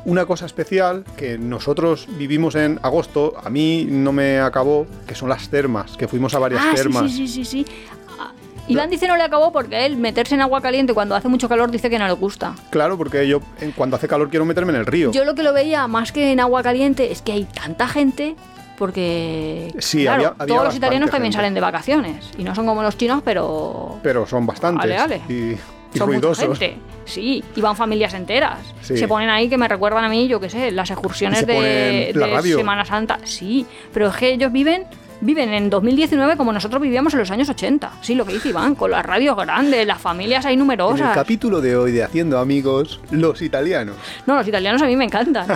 una cosa especial que nosotros vivimos en agosto. A mí no me acabó, que son las termas, que fuimos a varias
Ah, sí,
termas.
sí, sí, sí, sí. Ah, Iván dice no le acabó porque a él meterse en agua caliente cuando hace mucho calor dice que no le gusta.
Claro, porque yo en- cuando hace calor quiero meterme en el río.
Yo lo que lo veía más que en agua caliente es que hay tanta gente porque
Sí,
claro,
había- había
todos los
bastante
italianos también
gente.
salen de vacaciones y no son como los chinos, pero
Pero son bastantes.
Ale, ale.
Y, y
son mucha
ruidosos.
gente. Sí, y van familias enteras.
Sí.
Se ponen ahí que me recuerdan a mí, yo qué sé, las excursiones
Y se
de,
ponen la
de
radio.
Semana Santa. Sí, pero es que ellos viven viven en 2019 como nosotros vivíamos en los años 80. Sí, lo que dice Iván, con las radios grandes, las familias ahí
En el
numerosas.
capítulo de hoy de Haciendo Amigos, los italianos.
No, los italianos a mí me encantan.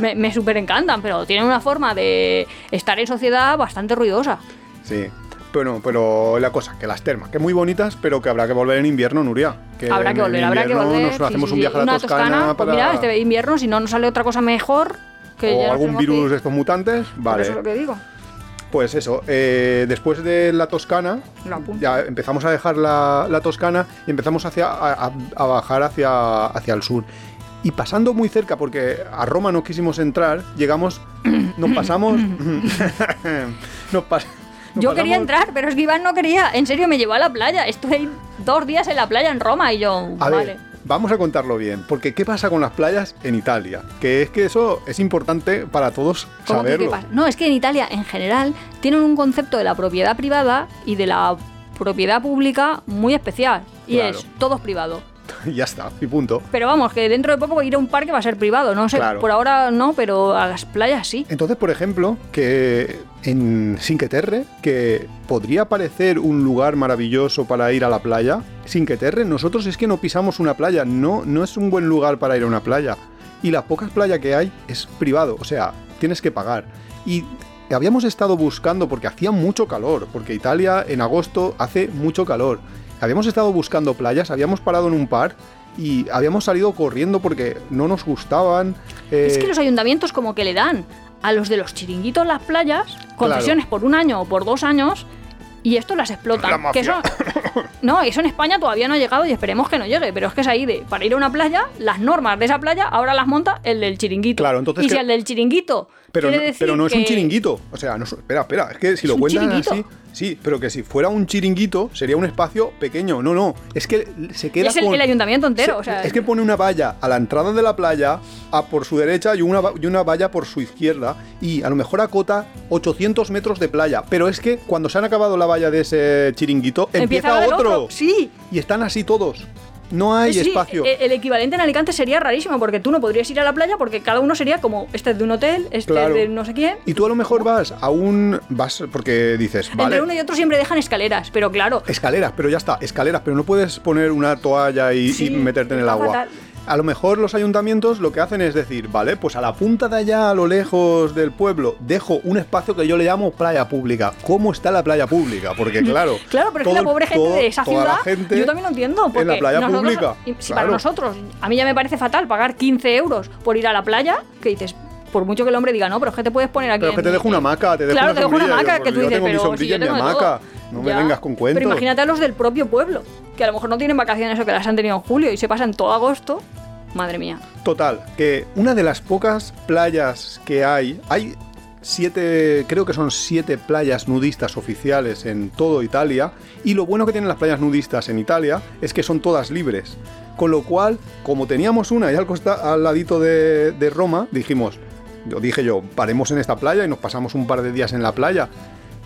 Me, me súper encantan, pero tienen una forma de estar en sociedad bastante ruidosa.
Sí. Bueno, pero la cosa, que las termas, que muy bonitas, pero que habrá que volver en invierno, Nuria.
habrá
en
que
el
volver, habrá que
invierno
volver.
Nos
sí,
hacemos
sí,
un
sí.
viaje a la
Una
Toscana,
pues
para...
mira, este invierno, si no nos sale otra cosa mejor, que ya
o
nos
algún
tenemos que
virus
ir.
de estos mutantes.
Por
Vale.
Eso es lo que digo.
Pues eso, eh, después de la Toscana,
Lo apunto.
ya empezamos a dejar la, la Toscana y empezamos hacia, a, a- a bajar hacia, hacia el sur. Y pasando muy cerca, porque a Roma no quisimos entrar, llegamos, nos pasamos... nos pas- nos
Yo quería
pasamos-
entrar, pero es que Iván no quería. En serio, me llevó a la playa. Estuve ahí dos días en la playa en Roma y yo.
A
vale.
ver, vamos a contarlo bien, porque ¿qué pasa con las playas en Italia? Que es que eso es importante para todos
¿Cómo que qué
saberlo.
pasa? No, es que en Italia, en general, tienen un concepto de la propiedad privada y de la propiedad pública muy especial. Y
Claro.
es todo es privado.
Y ya está, y punto.
Pero vamos, que dentro de poco ir a un parque va a ser privado. No sé,
Claro.
por ahora no, pero a las playas sí.
Entonces, por ejemplo, que en Cinque Terre, que podría parecer un lugar maravilloso para ir a la playa, Cinque Terre, nosotros es que no pisamos una playa, no, no es un buen lugar para ir a una playa. Y las pocas playas que hay es privado, o sea, tienes que pagar. Y habíamos estado buscando, porque hacía mucho calor, porque Italia en agosto hace mucho calor. Habíamos estado buscando playas, habíamos parado en un par y habíamos salido corriendo porque no nos gustaban.
Es
eh,
que los ayuntamientos como que le dan a los de los chiringuitos las playas concesiones por un año o por dos años y esto las explotan.
La
Que
mafia.
eso- no, eso en España todavía no ha llegado y esperemos que no llegue, pero es que es ahí de, para ir a una playa, las normas de esa playa ahora las monta el del chiringuito.
Claro, entonces
y si
que-
el del chiringuito
Pero,
quiere
no-
decir
pero no es un
que-
chiringuito. O sea, no, es- espera, espera. Es que si lo
un
cuentan
chiringuito.
así. Sí, pero que si fuera un chiringuito sería un espacio pequeño. No, no. Es que se queda.
Es el-
con-
el ayuntamiento entero, o sea,
es que pone una valla a la entrada de la playa, a por su derecha y una, va- y una valla por su izquierda. Y a lo mejor acota 800 metros de playa. Pero es que cuando se han acabado la valla de ese chiringuito,
empieza
empieza,
a haber
otro.
Sí.
Y están así todos. No hay
Sí, sí,
espacio.
e- El, equivalente en Alicante sería rarísimo porque tú no podrías ir a la playa porque cada uno sería como este es de un hotel, este es
Claro.
de no sé quién.
y tú a lo mejor vas a un. Vas porque dices. Vale.
Entre uno y otro siempre dejan escaleras, pero claro,
Escaleras, pero ya está, escaleras, pero no puedes poner una toalla y,
Sí,
y meterte en el
está
agua.
fatal.
A lo mejor los ayuntamientos lo que hacen es decir, vale, pues a la punta de allá, a lo lejos del pueblo, dejo un espacio que yo le llamo playa pública. ¿Cómo está la playa pública? Porque claro,
Mm, Claro, pero es que
todo
la
el-
pobre gente
todo-
de esa
toda
ciudad,
la gente
yo también lo entiendo. Porque
en la playa
nosotros-
pública.
y Si para
claro.
nosotros, a mí ya me parece fatal pagar 15 euros por ir a la playa, que dices, por mucho que el hombre diga, no, pero es que te puedes poner aquí.
Pero es que
en-
te dejo una hamaca, te dejo
claro,
una
te dejo una
sombrilla,
hamaca,
yo-
que tú
yo
dices,
tengo mi
pero si
sombrilla
yo
en mi
tengo de
hamaca,
todo".
no me
Ya.
vengas con cuentos.
Pero imagínate a los del propio pueblo, que a lo mejor no tienen vacaciones o que las han tenido en julio y se pasan todo agosto Madre mía.
Total, que una de las pocas playas que hay, hay siete, creo que son siete playas nudistas oficiales en todo Italia, y lo bueno que tienen las playas nudistas en Italia es que son todas libres. Con lo cual, como teníamos una ya al, costa- al ladito de, de Roma, dijimos, yo dije yo, paremos en esta playa y nos pasamos un par de días en la playa.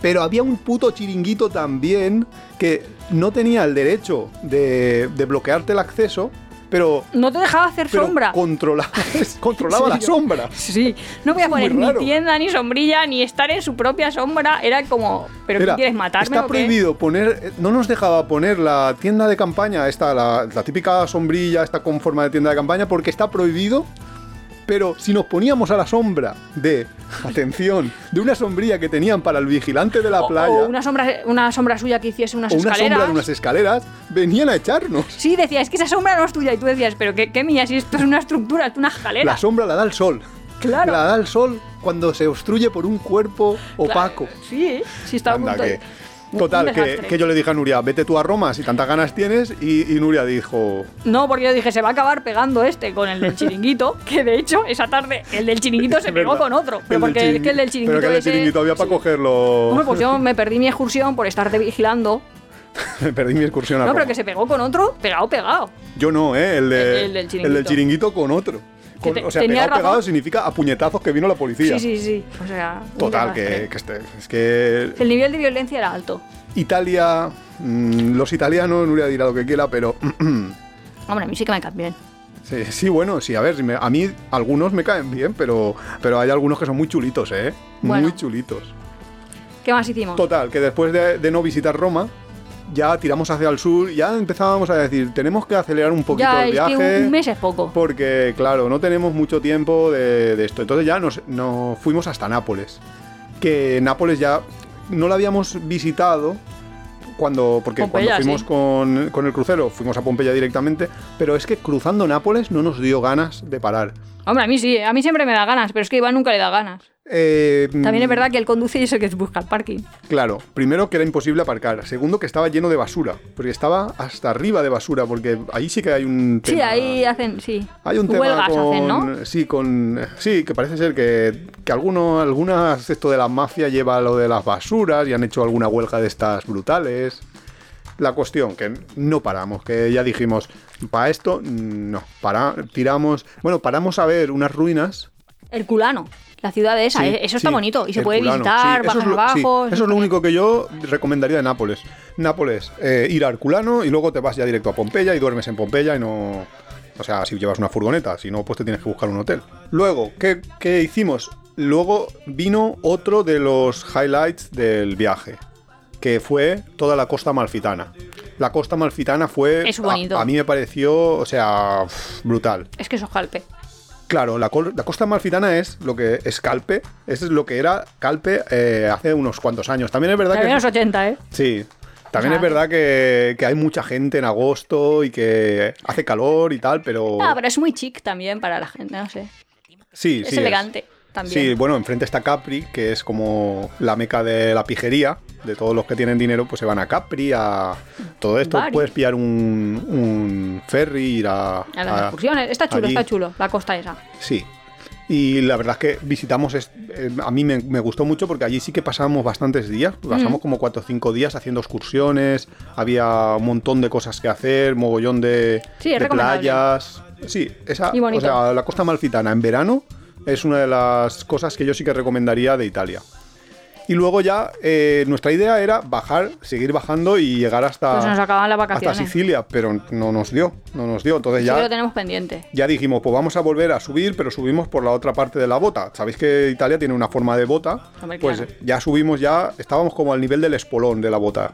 Pero había un puto chiringuito también que no tenía el derecho de, de bloquearte el acceso, pero
No te dejaba hacer
pero
sombra.
Controlaba, controlaba la
Sí.
sombra.
Sí, no voy a
Es muy
poner ni
raro.
tienda, ni sombrilla, ni estar en su propia sombra. Era como, ¿pero
Era,
qué quieres matarme?
Está
o qué?
prohibido poner, eh, no nos dejaba poner la tienda de campaña, esta, la, la típica sombrilla, esta con forma de tienda de campaña, porque está prohibido. Pero si nos poníamos a la sombra de, atención, de una sombrilla que tenían para el vigilante de la
O- o
playa,
una sombra, una sombra suya que hiciese unas
o una
escaleras.
sombra de unas escaleras, venían a echarnos.
Sí, decía, es que esa sombra no es tuya. Y tú decías, pero qué, qué mía, si esto es una estructura, es una escalera.
La sombra la da el sol.
Claro.
La da el sol cuando se obstruye por un cuerpo opaco.
Sí, sí, estaba a
Anda,
punto de-
que-
Un- un
Total, que,
desastre.
que yo le dije a Nuria, vete tú a Roma si tantas ganas tienes. Y, y Nuria dijo,
No, porque yo dije, se va a acabar pegando este con el del chiringuito, que de hecho, esa tarde, el del chiringuito se
"Es
pegó
verdad,
con otro. Pero
el del
porque es que el del
chiringui- pero
chiringuito.
que el del
ese-
chiringuito había para cogerlo.
Hombre, pues yo me perdí mi excursión por estarte vigilando.
Me Perdí mi excursión a
No,
Roma.
pero que se pegó con otro, pegado, pegado.
Yo no, ¿eh? El, de-
El del
el
chiringuito.
chiringuito con otro.
Que
Con-
te-
o sea,
tenía
pegado,
razón.
pegado significa a puñetazos que vino la policía.
Sí, eh. sí, sí. O sea. un
Total,
desastre.
que, que este- es que
El nivel de violencia era alto.
Italia, mm, los italianos, Nuria dirá lo que quiera, pero
Hombre, a mí sí que me caen bien.
Sí, sí, bueno, sí, a ver, si me- a mí algunos me caen bien, pero, pero hay algunos que son muy chulitos, ¿eh?
Bueno.
Muy chulitos.
¿Qué más hicimos?
Total, que después de, de no visitar Roma, ya tiramos hacia el sur, ya empezábamos a decir, tenemos que acelerar un poquito
ya, es
el
que
viaje.
un- un mes es poco.
Porque, claro, no tenemos mucho tiempo de, de esto. Entonces ya nos, nos fuimos hasta Nápoles. Que Nápoles ya no la habíamos visitado cuando. Porque
Pompeya,
cuando fuimos
sí.
con, con el crucero, fuimos a Pompeya directamente. Pero es que cruzando Nápoles no nos dio ganas de parar.
Hombre, a mí sí, a mí siempre me da ganas, pero es que Iván nunca le da ganas.
Eh,
También es
mm,
verdad que él conduce y es el que busca el parking.
Claro, primero que era imposible aparcar, segundo que estaba lleno de basura, porque estaba hasta arriba de basura, porque ahí sí que hay un
Sí,
tema-
ahí hacen, sí.
Hay un tema
Huelgas
con,
hacen, ¿no?
sí, con, sí, que parece ser que, que alguno, algunas esto de la mafia lleva lo de las basuras y han hecho alguna huelga de estas brutales. La cuestión que no paramos, que ya dijimos para esto no, para tiramos, bueno, paramos a ver unas ruinas.
Herculano, la ciudad esa,
Sí,
eh, eso está
sí,
bonito y se puede
Herculano,
visitar,
sí, eso es
bajar
lo- sí,
abajo.
eso es lo único que yo recomendaría de Nápoles. Nápoles, eh, ir a Herculano y luego te vas ya directo a Pompeya y duermes en Pompeya y no. O sea, si llevas una furgoneta, si no, pues te tienes que buscar un hotel. Luego, ¿qué, qué hicimos? Luego vino otro de los highlights del viaje, que fue toda la costa malfitana. La costa malfitana fue.
Es bonito.
A, a mí me pareció, o sea, uf, brutal.
Es que eso es jalpe.
Claro, la, col- la costa malfitana es lo que es Calpe, es lo que era Calpe eh, hace unos cuantos años. También es verdad
También
que.
los 80, ¿eh?
Sí. También
O sea-
es verdad que, que hay mucha gente en agosto y que hace calor y tal, pero.
Ah, pero es muy chic también para la gente, no sé.
Oh. sí,
Es
sí,
elegante también.
Sí, bueno, enfrente está Capri, que es como la meca de la pijería. De todos los que tienen dinero, pues se van a Capri, a todo esto.
Bari.
Puedes pillar un, un ferry, ir a.
A las
a-
excursiones. Está chulo,
Ah, allí.
está chulo, la costa esa.
Sí. Y la verdad es que visitamos, es- eh, a mí me, me gustó mucho porque allí sí que pasábamos bastantes días,
Mm.
pasamos como 4 o 5 días haciendo excursiones, había un montón de cosas que hacer, mogollón de,
Sí, es
de
recomendable.
playas. Sí, esa,
Y bonito.
o sea, la costa malfitana en verano es una de las cosas que yo sí que recomendaría de Italia. Y luego ya eh, nuestra idea era bajar, seguir bajando y llegar hasta,
Pues se nos acaban las
hasta
vacaciones.
Sicilia, pero no nos dio, no nos dio. Entonces
Sí
ya
que lo tenemos pendiente.
ya dijimos, pues vamos a volver a subir, pero subimos por la otra parte de la bota. Sabéis que Italia tiene una forma de bota.
Hombre,
pues
claro.
ya subimos, ya estábamos como al nivel del espolón de la bota.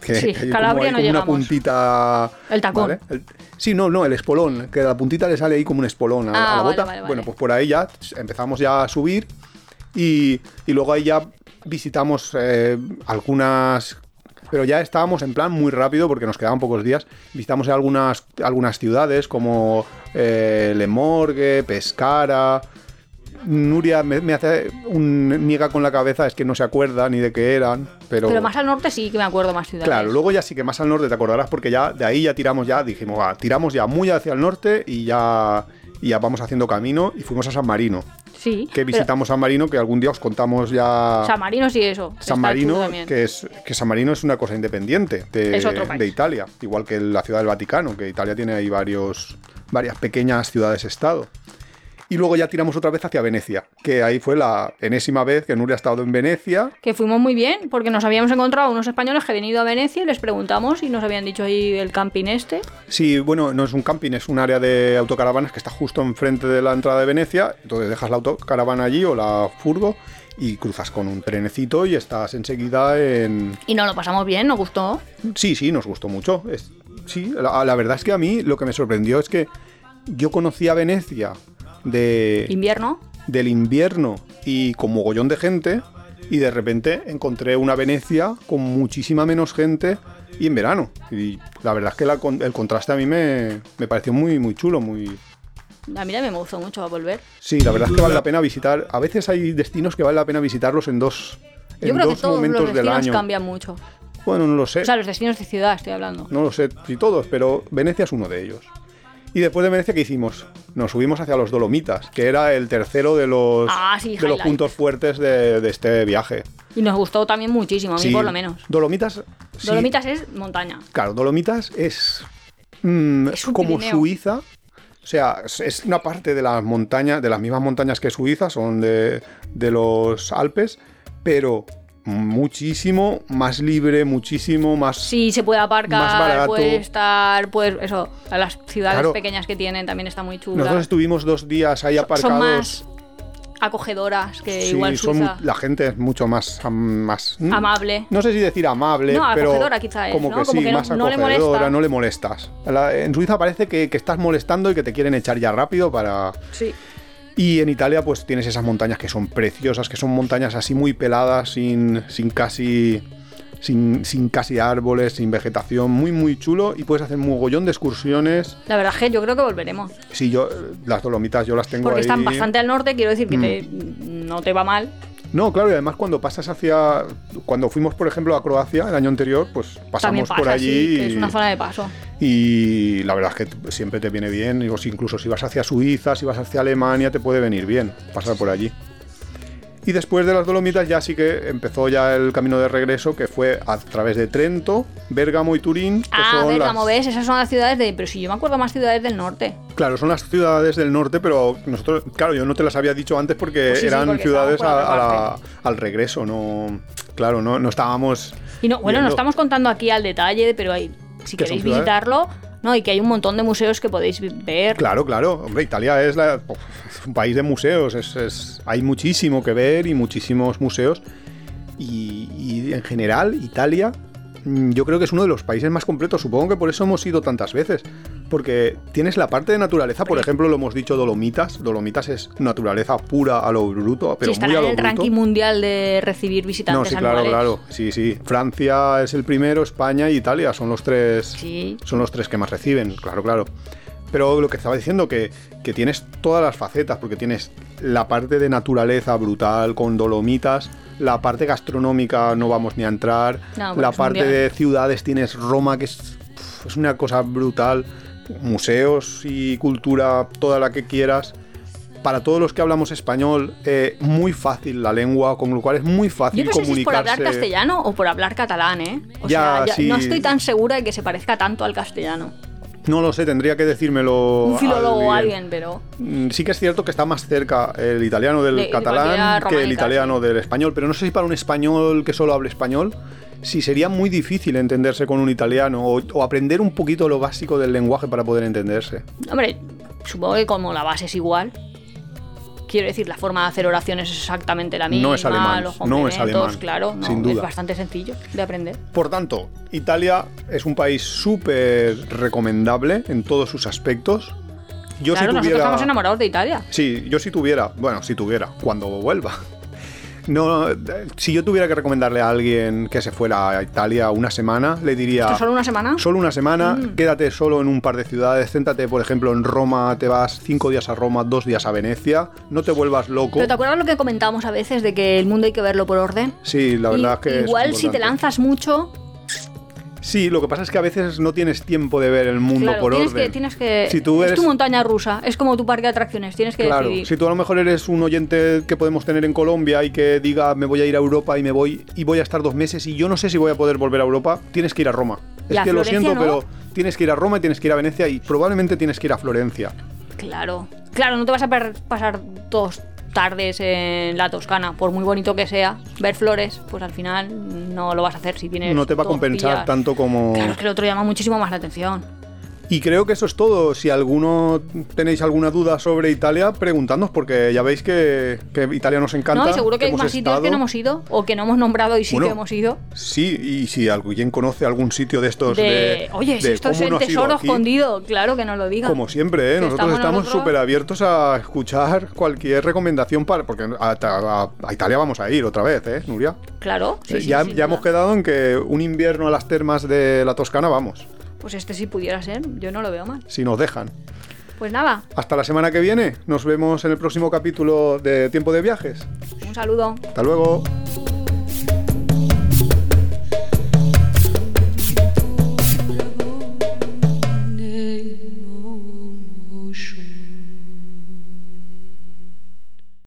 Que,
Sí,
que hay como-
Calabria
hay
no
como una
llegamos.
puntita.
El tacón.
El- sí, no, no, el espolón, que la puntita le sale ahí como un espolón a,
Ah,
a la
vale,
bota.
vale, vale.
Bueno, pues por ahí ya empezamos ya a subir y, y luego ahí ya visitamos eh, algunas. Pero ya estábamos en plan muy rápido porque nos quedaban pocos días. Visitamos algunas, algunas ciudades como eh, Le Morgue, Pescara. Nuria me, me hace un niega con la cabeza, es que no se acuerda ni de qué eran, pero...
Pero más al norte sí que me acuerdo más ciudades.
Claro, luego ya sí que más al norte te acordarás porque ya de ahí ya tiramos ya, dijimos, va, tiramos ya muy hacia el norte y ya, y ya vamos haciendo camino y fuimos a San Marino.
Sí.
Que visitamos San Marino, que algún día os contamos ya...
pero San Marino sí, eso. está
San Marino,
chulo también.
que, es, que San Marino es una cosa independiente de,
Es otro país.
de Italia, igual que la ciudad del Vaticano, que Italia tiene ahí varios, varias pequeñas ciudades-estado. Y luego ya tiramos otra vez hacia Venecia, que ahí fue la enésima vez que Nuria ha estado en Venecia.
Que fuimos muy bien, porque nos habíamos encontrado unos españoles que habían ido a Venecia y les preguntamos y nos habían dicho ahí el camping este.
Sí, bueno, no es un camping, es un área de autocaravanas que está justo enfrente de la entrada de Venecia. Entonces dejas la autocaravana allí o la furgo y cruzas con un trenecito y estás enseguida en,
Y nos lo pasamos bien, nos gustó.
Sí, sí, nos gustó mucho. Es- sí, la, la verdad es que a mí lo que me sorprendió es que yo conocía Venecia de,
Invierno.
del invierno y con mogollón de gente y de repente encontré una Venecia con muchísima menos gente y en verano. Y la verdad es que la con- el contraste a mí me, me pareció muy, muy chulo, muy...
A mí también me gustó mucho va a volver.
Sí, la verdad es que vale la pena visitar. A veces hay destinos que vale la pena visitarlos en dos, en
Yo creo que
dos
todos los
momentos del
destinos
año.
cambian mucho.
Bueno, no lo sé.
O sea, los destinos de ciudad estoy hablando.
No lo sé si todos, pero Venecia es uno de ellos. Y después de Venecia, ¿qué hicimos? Nos subimos hacia los Dolomitas, que era el tercero de los,
Ah, sí,
de los
highlight.
puntos fuertes de, de este viaje.
Y nos gustó también muchísimo, a mí
Sí,
por lo menos.
Dolomitas. sí,
Dolomitas es montaña.
Claro, Dolomitas es, mm,
Es un
como
Pirineo.
Suiza. O sea, es- es una parte de las montañas, de las mismas montañas que Suiza, son de, de los Alpes, pero muchísimo más libre, muchísimo más
Sí, se puede
Más
aparcar,
barato.
puede estar, pues eso, a las ciudades
Claro.
pequeñas que tienen también está muy chula.
Nosotros estuvimos dos días ahí
Son
aparcados.
más acogedoras que
Sí,
igual
son
Suiza.
mu- la gente es mucho más, am- más mm,
Amable.
No sé si decir amable,
No,
pero
acogedora quizá es,
como
¿no?
que
Como
sí,
que no-
más
no le
acogedora,
molesta.
no le molestas. La- en Suiza parece que, que estás molestando y que te quieren echar ya rápido para
Sí.
y en Italia pues tienes esas montañas que son preciosas, que son montañas así muy peladas, sin, sin casi... Sin, sin casi árboles, sin vegetación, muy muy chulo y puedes hacer un mogollón de excursiones.
La verdad es que yo creo que volveremos.
Sí, yo las dolomitas yo las tengo
Porque
ahí. Mm.
están bastante al norte, quiero decir que te- no te va mal.
No, claro, y además cuando pasas hacia. Cuando fuimos, por ejemplo, a Croacia el año anterior, pues
También
pasamos
pasa,
por allí.
sí, que es
y-
una zona de paso.
Y la verdad es que siempre te viene bien. digo, si- Incluso si vas hacia Suiza, si vas hacia Alemania, te puede venir bien pasar por allí. Y después de las Dolomitas ya sí que empezó ya el camino de regreso, que fue a través de Trento, Bérgamo y Turín. Que
Ah,
son
Bérgamo,
las-
ves, esas son las ciudades de... Pero si yo me acuerdo más ciudades del norte.
Claro, son las ciudades del norte, pero nosotros, claro, yo no te las había dicho antes porque
Pues sí, sí,
eran
porque
ciudades
estábamos por
a-
otra
a la- al regreso, no, claro, no, no estábamos.
Y no, bueno, no
viendo.
estamos contando aquí al detalle, pero hay, si
Que son
queréis
ciudades.
visitarlo, no, y que hay un montón de museos que podéis vi- ver.
Claro, claro, hombre, Italia es, la- es un país de museos, es- es- hay muchísimo que ver y muchísimos museos. Y, y en general, Italia, mm, yo creo que es uno de los países más completos, supongo que por eso hemos ido tantas veces, porque tienes la parte de naturaleza, por ejemplo, lo hemos dicho, Dolomitas, Dolomitas es naturaleza pura a lo bruto, pero
si están
muy a
en
lo
el
bruto.
ranking mundial de recibir
No,
visitantes
sí, claro,
anuales.
claro. Sí, sí. Francia es el primero, España e Italia son los tres.
Sí.
Son los tres que más reciben, claro, claro. Pero lo que estaba diciendo, que, que tienes todas las facetas, porque tienes la parte de naturaleza brutal con dolomitas, la parte gastronómica no vamos ni a entrar,
No, bueno,
la
es un
parte
viaje.
de ciudades tienes Roma, que es, pf, es una cosa brutal, museos y cultura, toda la que quieras. Para todos los que hablamos español, eh, muy fácil la lengua, con lo cual es muy fácil
Yo no sé si es por hablar
comunicarse.
castellano o por hablar catalán, ¿eh? O
Ya,
sea, ya-
sí.
no estoy tan segura de que se parezca tanto al castellano.
No lo sé, tendría que decírmelo.
Un filólogo o alguien, pero...
Mm, Sí que es cierto que está más cerca el italiano del
De- de
catalán
cualquiera
que el
románica,
italiano del español, pero no sé si para un español que solo hable español, si sería muy difícil entenderse con un italiano o, o aprender un poquito lo básico del lenguaje para poder entenderse.
Hombre, supongo que como la base es igual. Quiero decir, la forma de hacer oraciones es exactamente la misma.
No es alemán,
los
no es
complementos,
alemán,
claro. no,
sin duda.
Es bastante sencillo de aprender.
Por tanto, Italia es un país súper recomendable en todos sus aspectos. Yo si
claro, nosotros
tuviera-
estamos enamorados de Italia.
Sí, yo si tuviera, bueno, si tuviera, cuando vuelva. No, eh, si yo tuviera que recomendarle a alguien que se fuera a Italia una semana, le diría...
¿Esto solo una semana?
Solo una semana,
Mm.
quédate solo en un par de ciudades, céntrate, por ejemplo, en Roma, te vas cinco días a Roma, dos días a Venecia, no te vuelvas loco.
Pero ¿te acuerdas lo que comentábamos a veces de que el mundo hay que verlo por orden?
Sí, la verdad es
Y-
que... es
igual si te
importante.
lanzas mucho,
Sí, lo que pasa es que a veces no tienes tiempo de ver el mundo
claro,
por
tienes,
orden.
Que, tienes que...
Si tú
Es
eres-
tu montaña rusa, es como tu parque de atracciones, tienes que
Claro,
decidir.
si tú a lo mejor eres un oyente que podemos tener en Colombia y que diga me voy a ir a Europa y me voy y voy a estar dos meses y yo no sé si voy a poder volver a Europa, tienes que ir a Roma. Es
La
que lo
Florencia
siento,
no.
pero tienes que ir a Roma y tienes que ir a Venecia y probablemente tienes que ir a Florencia.
Claro, claro, no te vas a per- pasar dos tardes en la Toscana, por muy bonito que sea, ver flores, pues al final no lo vas a hacer si tienes.
No te va a
dos
compensar
días.
tanto como...
Claro, es que el otro llama muchísimo más la atención.
Y creo que eso es todo. Si alguno tenéis alguna duda sobre Italia, preguntadnos porque ya veis que, que Italia nos encanta.
no, y seguro que, hay
hemos
más sitios que
estado.
no hemos ido o que no hemos nombrado y sí
Bueno,
que hemos ido.
Sí, y si alguien conoce algún sitio de estos
De,
de,
oye, si
de
esto es
cómo
el
no has ido
tesoro
aquí,
escondido, claro que nos lo digan.
Como siempre, ¿eh?
Que
nosotros estamos
nosotros-
súper abiertos a escuchar cualquier recomendación para. Porque a, a- a Italia vamos a ir otra vez, ¿eh, Nuria?
Claro, sí,
Eh,
sí,
ya
sin
ya
duda.
hemos quedado en que un invierno a las termas de la Toscana vamos,
Pues este sí pudiera ser, yo no lo veo mal.
si nos dejan.
Pues nada,
Hasta la semana que viene, nos vemos en el próximo capítulo de Tiempo de Viajes.
un saludo.
Hasta luego.